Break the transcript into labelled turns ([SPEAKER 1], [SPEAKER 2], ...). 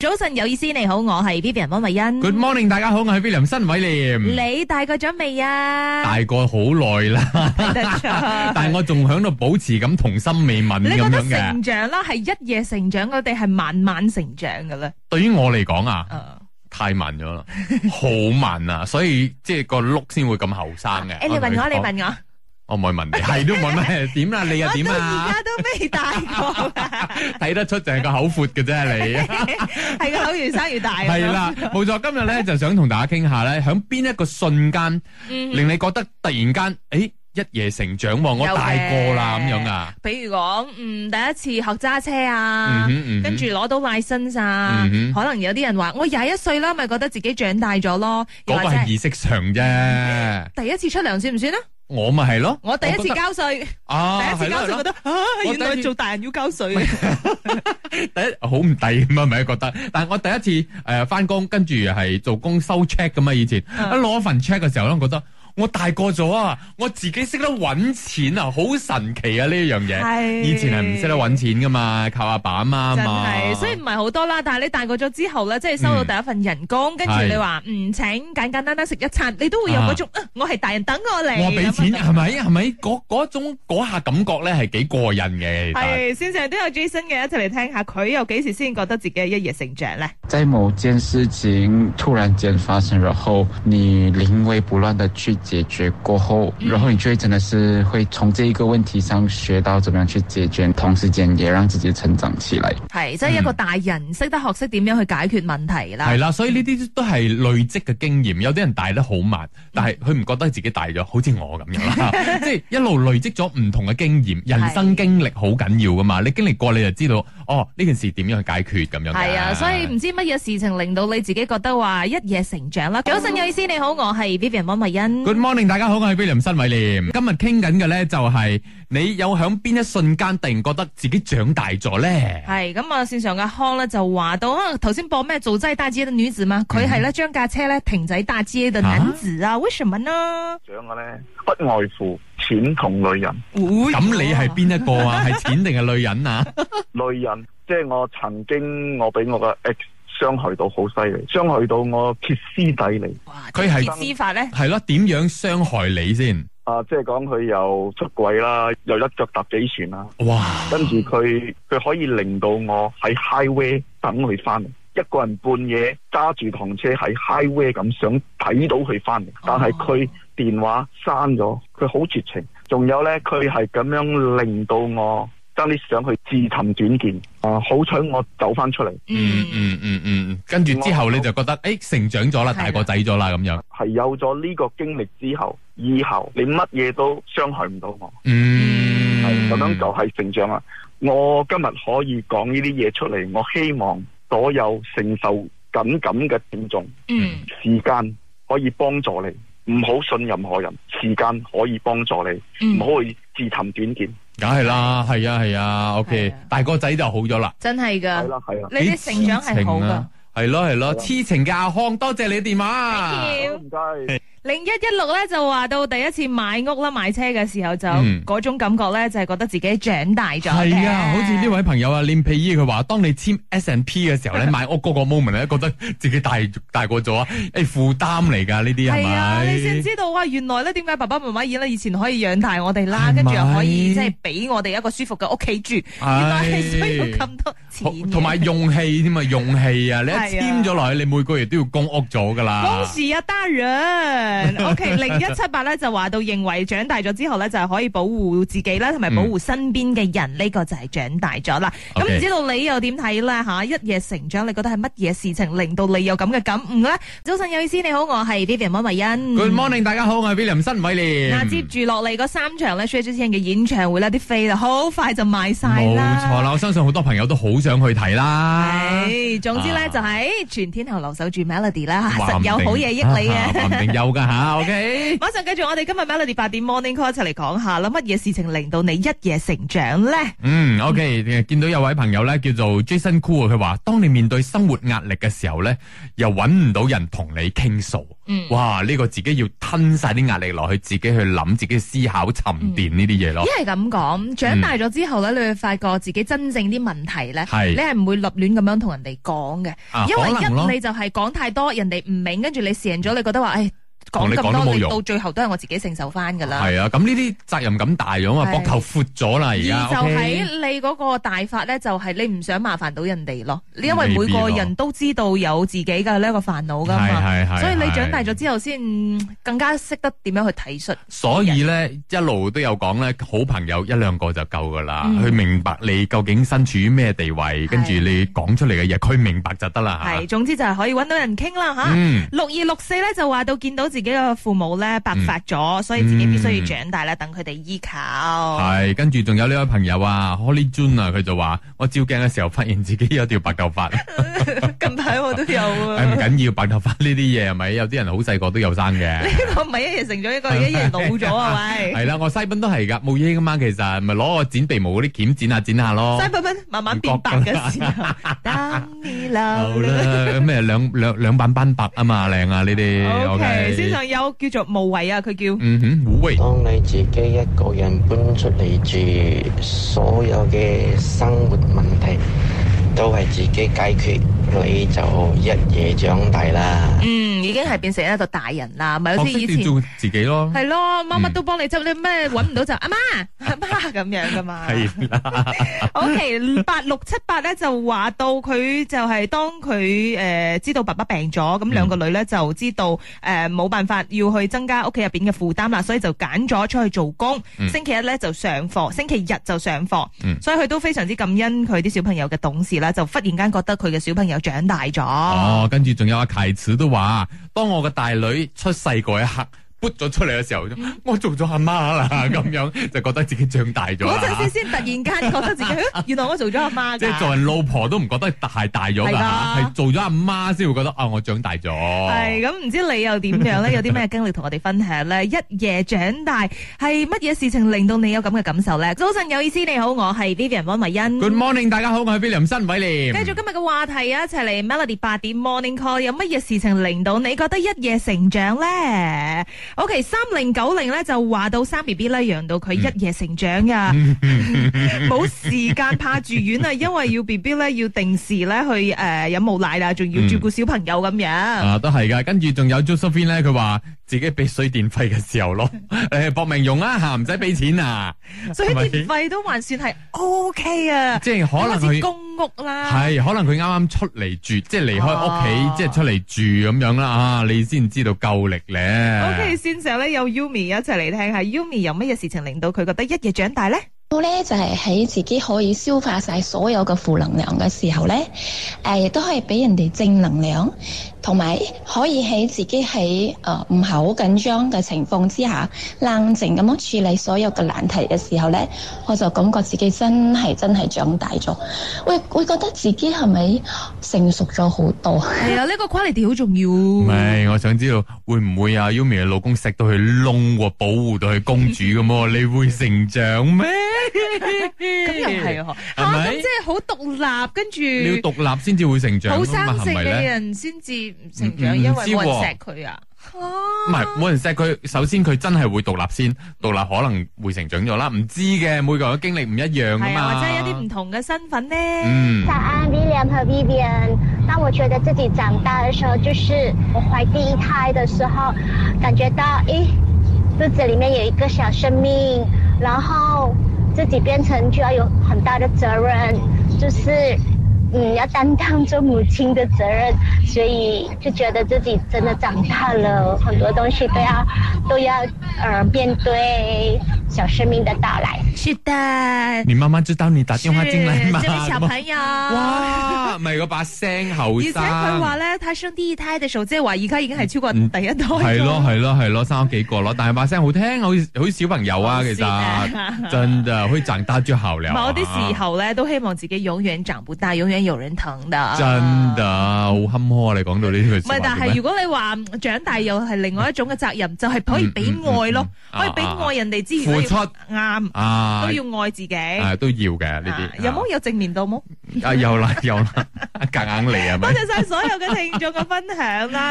[SPEAKER 1] 早晨有意思，你好，我係 Vivian 溫慧欣。
[SPEAKER 2] Good morning，大家好，我係 William 新偉廉，
[SPEAKER 1] 你大個咗未啊？
[SPEAKER 2] 大個好耐 啦，
[SPEAKER 1] 大得出
[SPEAKER 2] 但係我仲喺度保持咁童心未泯
[SPEAKER 1] 你覺
[SPEAKER 2] 咁
[SPEAKER 1] 得
[SPEAKER 2] 樣嘅。
[SPEAKER 1] 成長啦，係一夜成長，我哋係慢慢成長噶哦啦。
[SPEAKER 2] 對於我嚟講啊，
[SPEAKER 1] 誒
[SPEAKER 2] 太慢咗啦， 好慢啊，所以即係個碌先會咁後生嘅。
[SPEAKER 1] 誒你問我，
[SPEAKER 2] 同
[SPEAKER 1] 你
[SPEAKER 2] 講
[SPEAKER 1] 問我，
[SPEAKER 2] 我唔會問 你，係都問咩？點啦？你又
[SPEAKER 1] 我
[SPEAKER 2] 點
[SPEAKER 1] 到而
[SPEAKER 2] 啊？
[SPEAKER 1] 家都未大過，
[SPEAKER 2] 睇得出就係個口闊嘅啫，你。
[SPEAKER 1] 係個口越生越 大。啊
[SPEAKER 2] 係，啦，冇錯。今日咧就想同大家傾下咧，響邊一個瞬間
[SPEAKER 1] 嗯，
[SPEAKER 2] 令你覺得突然間，誒一夜成長喎，我
[SPEAKER 1] 有嘅
[SPEAKER 2] 大個啦咁樣啊。
[SPEAKER 1] 比如講，嗯，第一次學揸車
[SPEAKER 2] 嗯
[SPEAKER 1] 啊
[SPEAKER 2] 哼。嗯哼
[SPEAKER 1] 跟住攞到 license 啊，
[SPEAKER 2] 嗯哼
[SPEAKER 1] 可能有啲人話我廿一歲啦，咪覺得自己長大咗咯，又
[SPEAKER 2] 嗰
[SPEAKER 1] 或
[SPEAKER 2] 個
[SPEAKER 1] 者
[SPEAKER 2] 係
[SPEAKER 1] 係
[SPEAKER 2] 儀式上啫，
[SPEAKER 1] 第一次出糧算唔算啊？
[SPEAKER 2] 我咪係咯。
[SPEAKER 1] 我第一次
[SPEAKER 2] 覺得
[SPEAKER 1] 交税。
[SPEAKER 2] 啊，
[SPEAKER 1] 第一次交税覺
[SPEAKER 2] 係咯
[SPEAKER 1] 得啊，
[SPEAKER 2] 我
[SPEAKER 1] 原來
[SPEAKER 2] 第一次
[SPEAKER 1] 做大人要交税嘅，
[SPEAKER 2] 係咯第一好唔抵咁啊，咪覺得。但係我第一次誒翻工，跟住係做工收 check 咁啊，以前一
[SPEAKER 1] 嗯
[SPEAKER 2] 攞份 check 嘅時候咧，我覺得我大個咗啊，我自己識得揾錢啊，好神奇啊呢樣嘢。
[SPEAKER 1] 係
[SPEAKER 2] 以前係唔識得揾錢噶嘛，靠阿爸阿媽啊
[SPEAKER 1] 真
[SPEAKER 2] 嘛。
[SPEAKER 1] 係，所以唔係好多啦。但係你大個咗之後咧，即係收到
[SPEAKER 2] 嗯
[SPEAKER 1] 第一份人工，跟住
[SPEAKER 2] 係
[SPEAKER 1] 你話嗯請簡簡單單食一餐，你都會有嗰種啊我係大人等我嚟，
[SPEAKER 2] 我俾錢
[SPEAKER 1] 咁樣
[SPEAKER 2] 係咪係咪嗰嗰種嗰下感覺咧係幾過癮嘅，其實
[SPEAKER 1] 係啊線上都有 Jason 嘅，一齊嚟聽下佢又幾時先覺得自己係一夜成長咧？
[SPEAKER 3] 在某件事情突然间发生，然后你临危不乱的去解决过后，
[SPEAKER 1] 嗯
[SPEAKER 3] 然后你就会真的是会从这一个问题上学到怎么样去解决，同时间也让自己成长起来。
[SPEAKER 1] 係即係一個大人識得學識點樣去解決問題啦
[SPEAKER 2] 係。啦，所以呢啲都係累積嘅經驗。有啲人大得好慢，
[SPEAKER 1] 嗯
[SPEAKER 2] 但係佢唔覺得自己大咗，好似我咁 樣啦，即係一路累積咗唔同嘅經驗。人生經歷好緊要噶嘛，你經歷過你就知道，哦呢件事點樣去解決咁樣嘅。
[SPEAKER 1] 係啊，所以唔知乜嘢事情令到你自己覺得話一夜成長啦。早晨有意思，你好，我係 Vivian 温慧欣。
[SPEAKER 2] Good morning，大家好，我係 William 新偉廉。今日傾緊嘅咧就係你有響邊一瞬間突然覺得自己長大咗咧？
[SPEAKER 1] 係咁啊！線上嘅康咧就話到啊，頭先播咩做齋大姐嘅女子嘛，
[SPEAKER 2] 嗯
[SPEAKER 1] 佢係咧將架車咧停仔大姐嘅男子啊，為什麼呢？
[SPEAKER 4] 長嘅咧，不外乎錢同女人。
[SPEAKER 2] 咁你係邊一個啊？係錢定係女 人啊？
[SPEAKER 4] 女人即係我曾經我俾我嘅 ex 傷害到好犀利，傷害到我歇斯底里。
[SPEAKER 1] 哇
[SPEAKER 2] 佢係
[SPEAKER 1] 結之法咧？
[SPEAKER 2] 係咯，點樣傷害你先？
[SPEAKER 4] 啊，即係講佢又出軌啦，又一腳踏幾船啦，
[SPEAKER 2] 哇！
[SPEAKER 4] 跟住佢佢可以令到我喺 highway 等佢翻嚟。一個人半夜揸住堂車喺 highway 咁想睇到佢翻嚟，但係佢電話刪咗，佢好絕情。仲有呢，佢係咁樣令到我爭啲想去自尋短見。啊，好彩我走翻出嚟，
[SPEAKER 2] 嗯嗯嗯嗯，嗯跟住之後你就覺得誒、成長咗啦，
[SPEAKER 1] 係啦
[SPEAKER 2] 大個仔咗啦咁樣。
[SPEAKER 4] 係有咗呢個經歷之後，以後你乜嘢都傷害唔到我，
[SPEAKER 2] 嗯，
[SPEAKER 4] 係咁、樣就係成長啦。我今日可以講呢啲嘢出嚟，我希望所有承受緊咁嘅聽眾。
[SPEAKER 1] 嗯，
[SPEAKER 4] 時間可以幫助你，唔好信任何人。時間可以幫助你，
[SPEAKER 1] 嗯
[SPEAKER 4] 唔好去自尋短見。
[SPEAKER 2] 梗係啦，係啊係啊，OK，
[SPEAKER 1] 係啊
[SPEAKER 2] 大個仔就好咗啦。
[SPEAKER 1] 真係
[SPEAKER 4] 係
[SPEAKER 1] 噶，
[SPEAKER 4] 啦係啦，
[SPEAKER 1] 你啲成長係好噶。
[SPEAKER 2] 係咯係咯，
[SPEAKER 4] 係啊
[SPEAKER 2] 痴情嘅阿康，多謝你電話。
[SPEAKER 1] Thank
[SPEAKER 4] 好
[SPEAKER 1] you
[SPEAKER 4] 唔該。
[SPEAKER 1] 零一一六咧就話到第一次買屋啦、買車嘅時候就
[SPEAKER 2] 嗯
[SPEAKER 1] 嗰種感覺咧，就係覺得自己長大咗嘅。
[SPEAKER 2] 係啊，好似呢位朋友啊，念皮姨佢話，當你簽 S and P 嘅時候 咧，買屋嗰個 moment 咧，覺得自己大大個咗啊，誒負擔嚟㗎呢啲係
[SPEAKER 1] 係啊，
[SPEAKER 2] 咪？
[SPEAKER 1] 你先知道哇！原來咧，點解爸爸媽媽以咧以前可以養大我哋啦，
[SPEAKER 2] 係咪
[SPEAKER 1] 跟住又可以即係俾我哋一個舒服嘅屋企住，原來係需要咁多錢
[SPEAKER 2] 好
[SPEAKER 1] 嘅
[SPEAKER 2] 同埋用氣添啊，用氣啊！你一
[SPEAKER 1] 係啊
[SPEAKER 2] 簽咗落去，你每個月都要供屋咗㗎啦。
[SPEAKER 1] 恭喜啊，大人
[SPEAKER 2] 啊
[SPEAKER 1] ！OK，零一七八咧就話到認為長大咗之後咧就係可以保護自己啦，同埋保護身邊嘅人，呢、個就係長大咗啦。咁唔
[SPEAKER 2] 嗯 OK
[SPEAKER 1] 知道你又點睇咧吓？一夜成長，你覺得係乜嘢事情令到你有咁嘅感悟咧？早晨有意思，你好，我係 Vivian 温慧欣。
[SPEAKER 2] Good morning，大家好，我係 William 新偉廉。
[SPEAKER 1] 嗱，接住落嚟嗰三場咧 s h a r e 之前嘅演唱會咧，啲飛啦，啊好快就賣晒
[SPEAKER 2] 冇
[SPEAKER 1] 啦。
[SPEAKER 2] 錯啦，我相信好多朋友都好想去睇啦。
[SPEAKER 1] 係，總之咧
[SPEAKER 2] 啊
[SPEAKER 1] 就係全天候留守住 Melody 啦，
[SPEAKER 2] 話唔
[SPEAKER 1] 實
[SPEAKER 2] 定
[SPEAKER 1] 有好嘢益你
[SPEAKER 2] 啊
[SPEAKER 1] 嘅。
[SPEAKER 2] 話唔定有㗎。噶吓，OK。
[SPEAKER 1] 马上繼續我哋今日 Melody 八點 Morning Call 一齊嚟講下啦，乜嘢事情令到你一夜成長咧？
[SPEAKER 2] 嗯，OK，見到有位朋友咧叫做 Jason Cool，佢話：當你面對生活壓力嘅時候咧，又揾唔到人同你傾訴，
[SPEAKER 1] 嗯
[SPEAKER 2] 哇！呢、個自己要吞晒啲壓力落去，自己去諗，自己思考、沉澱呢啲嘢咯。
[SPEAKER 1] 因為咁講，長大咗之後咧，你會發覺自己真正啲問題咧，
[SPEAKER 2] 係
[SPEAKER 1] 你係唔會立亂咁樣同人哋講嘅，
[SPEAKER 2] 啊
[SPEAKER 1] 因
[SPEAKER 2] 可能咯
[SPEAKER 1] 為一你就係講太多，人哋唔明，跟住你成咗，你覺得話，誒
[SPEAKER 2] 同
[SPEAKER 1] 講
[SPEAKER 2] 你講
[SPEAKER 1] 咁
[SPEAKER 2] 都
[SPEAKER 1] 多，
[SPEAKER 2] 冇
[SPEAKER 1] 你
[SPEAKER 2] 用
[SPEAKER 1] 到最後都係我自己承受翻㗎啦。
[SPEAKER 2] 係啊，咁呢啲責任感大咗啊嘛，
[SPEAKER 1] 係
[SPEAKER 2] 膊頭闊咗啦，
[SPEAKER 1] 而
[SPEAKER 2] 而
[SPEAKER 1] 就
[SPEAKER 2] 家。
[SPEAKER 1] 喺
[SPEAKER 2] OK？
[SPEAKER 1] 你嗰個大法咧，就係你唔想麻煩到人哋咯，因為每
[SPEAKER 2] 未必咯
[SPEAKER 1] 個人都知道有自己嘅呢一個煩惱㗎
[SPEAKER 2] 係
[SPEAKER 1] 嘛。
[SPEAKER 2] 係係，
[SPEAKER 1] 所以你
[SPEAKER 2] 係
[SPEAKER 1] 長大咗之後先嗯更加識得點樣去體恤。
[SPEAKER 2] 所以咧，一路都有講咧，好朋友一兩個就夠噶啦。
[SPEAKER 1] 嗯
[SPEAKER 2] 佢、明白你究竟身處於咩地位，跟住
[SPEAKER 1] 係
[SPEAKER 2] 你講出嚟嘅嘢，佢明白就得啦
[SPEAKER 1] 係，
[SPEAKER 2] 嚇。
[SPEAKER 1] 總之就係可以揾到人傾啦吓。
[SPEAKER 2] 嗯，
[SPEAKER 1] 六二六四咧就話到見到自己嘅父母咧白髮
[SPEAKER 2] 嗯
[SPEAKER 1] 咗，所以自己必須要長大啦，等佢哋依靠。
[SPEAKER 2] 係。跟住仲有呢位朋友啊，Holly Jun 啊，佢就話：我照鏡嘅時候發現自己有條白頭 髮。
[SPEAKER 1] 近排我都有
[SPEAKER 2] 唉哎唔
[SPEAKER 1] 啊，
[SPEAKER 2] 緊要，白頭髮呢啲嘢係咪？有啲人好細個都有生 嘅。
[SPEAKER 1] 呢個唔係一夜成長， 一個一夜老咗啊，喂！
[SPEAKER 2] 係啦，我西賓都係㗎，冇嘢噶嘛。其實咪攞個剪鼻毛嗰啲鉗剪下剪下咯。
[SPEAKER 1] 三百蚊慢慢變白嘅時候，等你老
[SPEAKER 2] 好啦，咩兩兩兩板斑白啊嘛，靚啊 呢啲。
[SPEAKER 1] OK，
[SPEAKER 2] OK，
[SPEAKER 1] 先上有叫做無為啊，佢叫
[SPEAKER 2] 嗯哼，胡威。
[SPEAKER 5] 當你自己一個人搬出嚟住，所有嘅生活問題都係自己解決，你就一夜長大啦。
[SPEAKER 1] 嗯，已經係變成一個大人啦，咪好
[SPEAKER 2] 角
[SPEAKER 1] 似
[SPEAKER 2] 色
[SPEAKER 1] 以
[SPEAKER 2] 要
[SPEAKER 1] 前。
[SPEAKER 2] 哦做嗯自己咯，
[SPEAKER 1] 係咯，媽乜都幫你執，你咩揾唔到就阿媽阿媽咁樣噶嘛。
[SPEAKER 2] 係啊啦，
[SPEAKER 1] O K，八六七八咧就話到佢就係當佢诶、呃知道爸爸病咗，咁
[SPEAKER 2] 嗯
[SPEAKER 1] 兩個女咧就知道诶冇、辦法要去增加屋企入邊嘅負擔啦，所以就揀咗出去做工。
[SPEAKER 2] 嗯
[SPEAKER 1] 星期一咧就上課，星期日就上課，
[SPEAKER 2] 嗯
[SPEAKER 1] 所以佢都非常之感恩佢啲小朋友嘅懂事啦，就忽然間覺得佢嘅小朋友長大咗。
[SPEAKER 2] 哦，跟住仲有阿啟齒都話，當我嘅大女出世嗰一刻。撥咗出嚟嘅時候，我做咗阿媽 啦，咁樣就覺得自己長大咗
[SPEAKER 1] 嗰陣
[SPEAKER 2] 啦
[SPEAKER 1] 先。先突然間覺得自己， 嗯原來我做咗阿媽㗎
[SPEAKER 2] 啊即係做人老婆都唔覺得大大咗㗎，
[SPEAKER 1] 係㗎
[SPEAKER 2] 係做咗阿媽先會覺得啊，我長大咗。
[SPEAKER 1] 系咁，唔知你又點樣 咧？有啲咩經歷同我哋分享咧？一夜長大係乜嘢事情令到你有咁嘅感受咧？早晨有意思，你好，我係 Vivian 温慧欣。
[SPEAKER 2] Good morning，大家好，我係 William 新偉廉。
[SPEAKER 1] 繼續今日嘅話題啊，一齊嚟 Melody 八點 Morning Call，有乜嘢事情令到你覺得一夜成長咧？OK，三零九零咧就話到生 B B 咧，讓到佢
[SPEAKER 2] 嗯
[SPEAKER 1] 一夜成長 噶，冇時間怕住院啊，因為要 B B 咧要定時咧去呃诶飲母奶啦，仲要照
[SPEAKER 2] 嗯
[SPEAKER 1] 顧小朋友咁樣。
[SPEAKER 2] 啊，都係噶。跟住仲有 Josephine 咧，佢話自己俾水電費嘅時候咯， 誒搏命用啊嚇，唔使俾錢啊。
[SPEAKER 1] 所以
[SPEAKER 2] 係咪
[SPEAKER 1] 電費都還算係 O K 啊，
[SPEAKER 2] 即係可能
[SPEAKER 1] 因為
[SPEAKER 2] 佢
[SPEAKER 1] 是。公屋啦，
[SPEAKER 2] 系，可能佢啱啱出嚟住，即係離開屋企，
[SPEAKER 1] 哦
[SPEAKER 2] 即係出嚟住咁樣啦，啊，你先知道夠力咧。
[SPEAKER 1] O K 線上咧有 Yumi 一齊嚟聽下，Yumi 有乜嘢事情令到佢覺得一夜長大咧？
[SPEAKER 6] 到咧就係、喺自己可以消化晒所有嘅負能量嘅時候咧，誒、亦都可以俾人哋正能量，同埋可以喺自己喺誒唔係好緊張嘅情況之下，冷靜咁樣處理所有嘅難題嘅時候咧，我就感覺自己真係真係長大咗，會會覺得自己係咪成熟咗好多？
[SPEAKER 1] 係啊，呢個 quality 好重要。
[SPEAKER 2] 唔係，我想知道會唔會啊 Yumi 嘅老公錫到佢窿喎，保護到佢公主 咁喎，你會成長咩？
[SPEAKER 1] 咁又啊係喎，嚇
[SPEAKER 2] 係咪
[SPEAKER 1] 咁即係好獨立，跟
[SPEAKER 2] 你要
[SPEAKER 1] 住
[SPEAKER 2] 獨立先至會成長
[SPEAKER 1] 好
[SPEAKER 2] 㗎嘛，
[SPEAKER 1] 生性
[SPEAKER 2] 係啊咪
[SPEAKER 1] 嘅
[SPEAKER 2] 咧？
[SPEAKER 1] 人先至唔
[SPEAKER 2] 唔
[SPEAKER 1] 成
[SPEAKER 2] 唔
[SPEAKER 1] 長，因為
[SPEAKER 2] 知
[SPEAKER 1] 冇人
[SPEAKER 2] 喎
[SPEAKER 1] 錫佢啊。
[SPEAKER 2] 唔係冇人錫佢，首先佢真係會獨立先，獨立可能會成長咗啦，唔知嘅，每個人嘅經歷唔一樣噶
[SPEAKER 1] 係
[SPEAKER 2] 嘛。
[SPEAKER 1] 啊，或者有啲唔同嘅身份咧。
[SPEAKER 2] 嗯
[SPEAKER 7] 早安，William 和 Vivian。当我觉得自己长大的时候，就是我怀第一胎的时候，感觉到诶，肚子里面有一个小生命，然后自己变成就要有很大的责任，就是嗯要担当做母亲的责任，所以就觉得自己真的长大了，很多东西都要都要呃面对，小生命的到来。
[SPEAKER 1] 是的，
[SPEAKER 2] 你媽媽知道你打電話進來
[SPEAKER 1] 是
[SPEAKER 2] 嘛？
[SPEAKER 1] 这位啊小朋友。
[SPEAKER 2] 哇，咪嗰把聲後
[SPEAKER 1] 而
[SPEAKER 2] 生。嗯
[SPEAKER 1] 且佢話咧，他生第一胎嘅時候，即係話而家已經係超過第一胎咗。
[SPEAKER 2] 系咯系咯系咯，生咗幾個咯，但係把聲好聽，好似好似小朋友啊，其
[SPEAKER 1] 是啊
[SPEAKER 2] 實真的可以賺大咗後了。
[SPEAKER 1] 某啲時候咧，都希望自己永遠長不大，永遠有人疼的。
[SPEAKER 2] 真㗎，好坎坷啊！你講到呢句
[SPEAKER 1] 唔
[SPEAKER 2] 說話
[SPEAKER 1] 係，
[SPEAKER 2] 做咩，
[SPEAKER 1] 但係如果你話嗯長大又係另外一種嘅責任，就係可以俾愛咯
[SPEAKER 2] 嗯，嗯嗯
[SPEAKER 1] 可以俾
[SPEAKER 2] 啊啊
[SPEAKER 1] 愛人哋之餘
[SPEAKER 2] 付
[SPEAKER 1] 都要
[SPEAKER 2] 出
[SPEAKER 1] 啱，
[SPEAKER 2] 啊
[SPEAKER 1] 都要愛自己。
[SPEAKER 2] 啊都要嘅呢
[SPEAKER 1] 啊
[SPEAKER 2] 啲。
[SPEAKER 1] 有冇有正面到冇？
[SPEAKER 2] 啊有啦有啦，夾硬嚟
[SPEAKER 1] 多
[SPEAKER 2] 係 咪？
[SPEAKER 1] 謝晒所有嘅聽眾嘅分享啦。啊